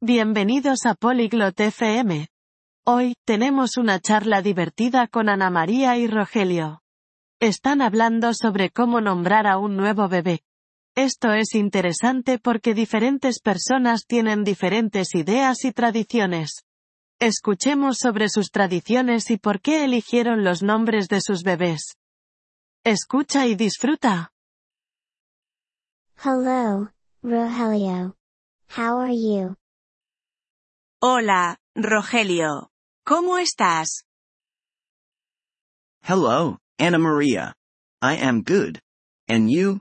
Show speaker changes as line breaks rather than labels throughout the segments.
Bienvenidos a Polyglot FM. Hoy, tenemos una charla divertida con Ana María y Rogelio. Están hablando sobre cómo nombrar a un nuevo bebé. Esto es interesante porque diferentes personas tienen diferentes ideas y tradiciones. Escuchemos sobre sus tradiciones y por qué eligieron los nombres de sus bebés. Escucha y disfruta.
Hello, Rogelio. How are you?
Hola, Rogelio. ¿Cómo estás?
Hello, Anna Maria. I am good. And you?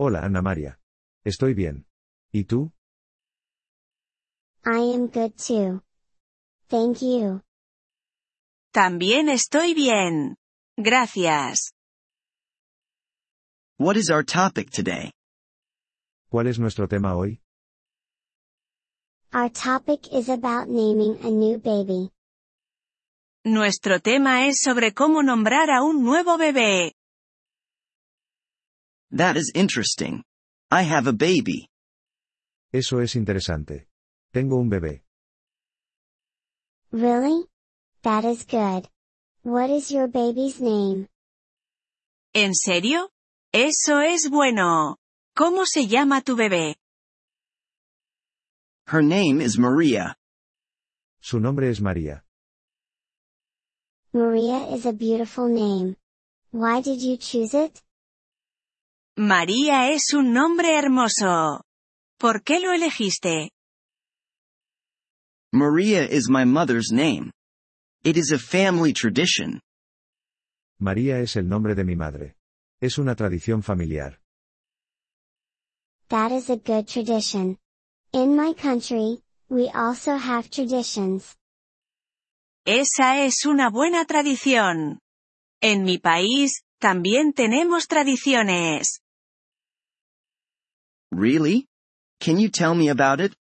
Hola Ana María. Estoy bien. ¿Y tú?
I am good too. Thank you.
También estoy bien. Gracias.
What is our topic today?
¿Cuál es nuestro tema hoy?
Our topic is about naming a new baby.
Nuestro tema es sobre cómo nombrar a un nuevo bebé.
That is interesting. I have a baby.
Eso es interesante. Tengo un bebé.
Really? That is good. What is your baby's name?
¿En serio? Eso es bueno. ¿Cómo se llama tu bebé?
Her name is Maria.
Su nombre es María.
Maria is a beautiful name. Why did you choose it?
María es un nombre hermoso. ¿Por qué lo elegiste?
Maria is my mother's name. It is a family tradition.
María es el nombre de mi madre. Es una tradición familiar.
That is a good tradition. In my country, we also have traditions.
Esa es una buena tradición. En mi país, también tenemos tradiciones.
Really? Can you tell me about it?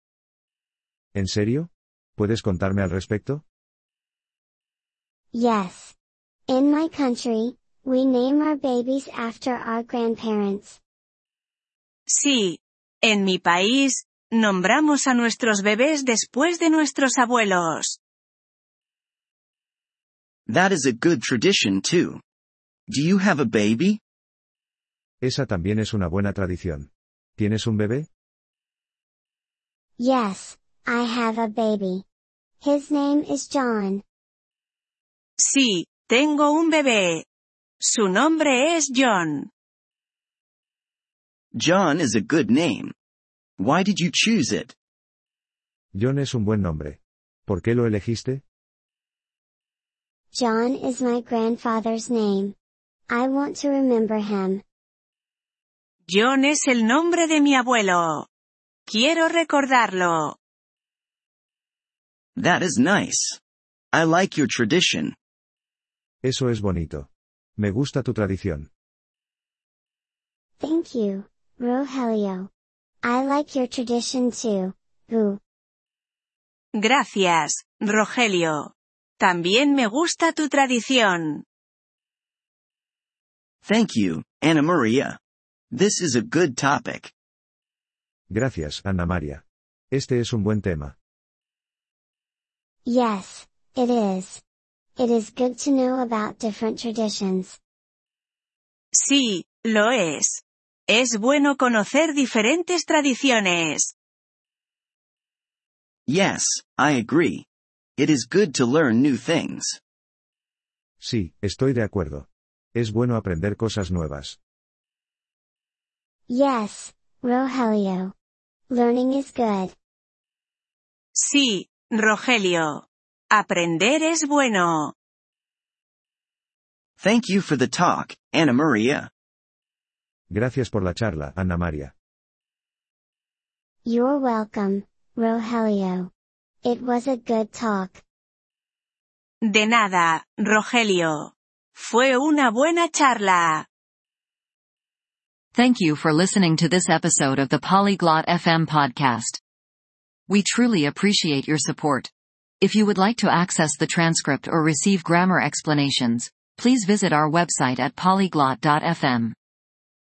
¿En serio? ¿Puedes contarme al respecto?
Yes. In my country, we name our babies after our grandparents.
Sí. En mi país, nombramos a nuestros bebés después de nuestros abuelos.
That is a good tradition too. Do you have a baby?
Esa también es una buena tradición. ¿Tienes un bebé?
Yes, I have a baby. His name is John.
Sí, tengo un bebé. Su nombre es John.
John is a good name. Why did you choose it?
John es un buen nombre. ¿Por qué lo elegiste?
John is my grandfather's name. I want to remember him.
John es el nombre de mi abuelo. Quiero recordarlo.
That is nice. I like your tradition.
Eso es bonito. Me gusta tu tradición.
Thank you, Rogelio. I like your tradition too. Ooh,
Gracias, Rogelio. También me gusta tu tradición.
Thank you, Anna Maria. This is a good topic.
Gracias, Ana María. Este es un buen tema.
Yes, it is. It is good to know about different traditions.
Sí, lo es. Es bueno conocer diferentes tradiciones.
Yes, I agree. It is good to learn new things.
Sí, estoy de acuerdo. Es bueno aprender cosas nuevas.
Yes, Rogelio. Learning is good.
Sí, Rogelio. Aprender es bueno.
Thank you for the talk, Anna Maria.
Gracias por la charla, Ana María.
You're welcome, Rogelio. It was a good talk.
De nada, Rogelio. Fue una buena charla.
Thank you for listening to this episode of the Polyglot FM podcast. We truly appreciate your support. If you would like to access the transcript or receive grammar explanations, please visit our website at polyglot.fm.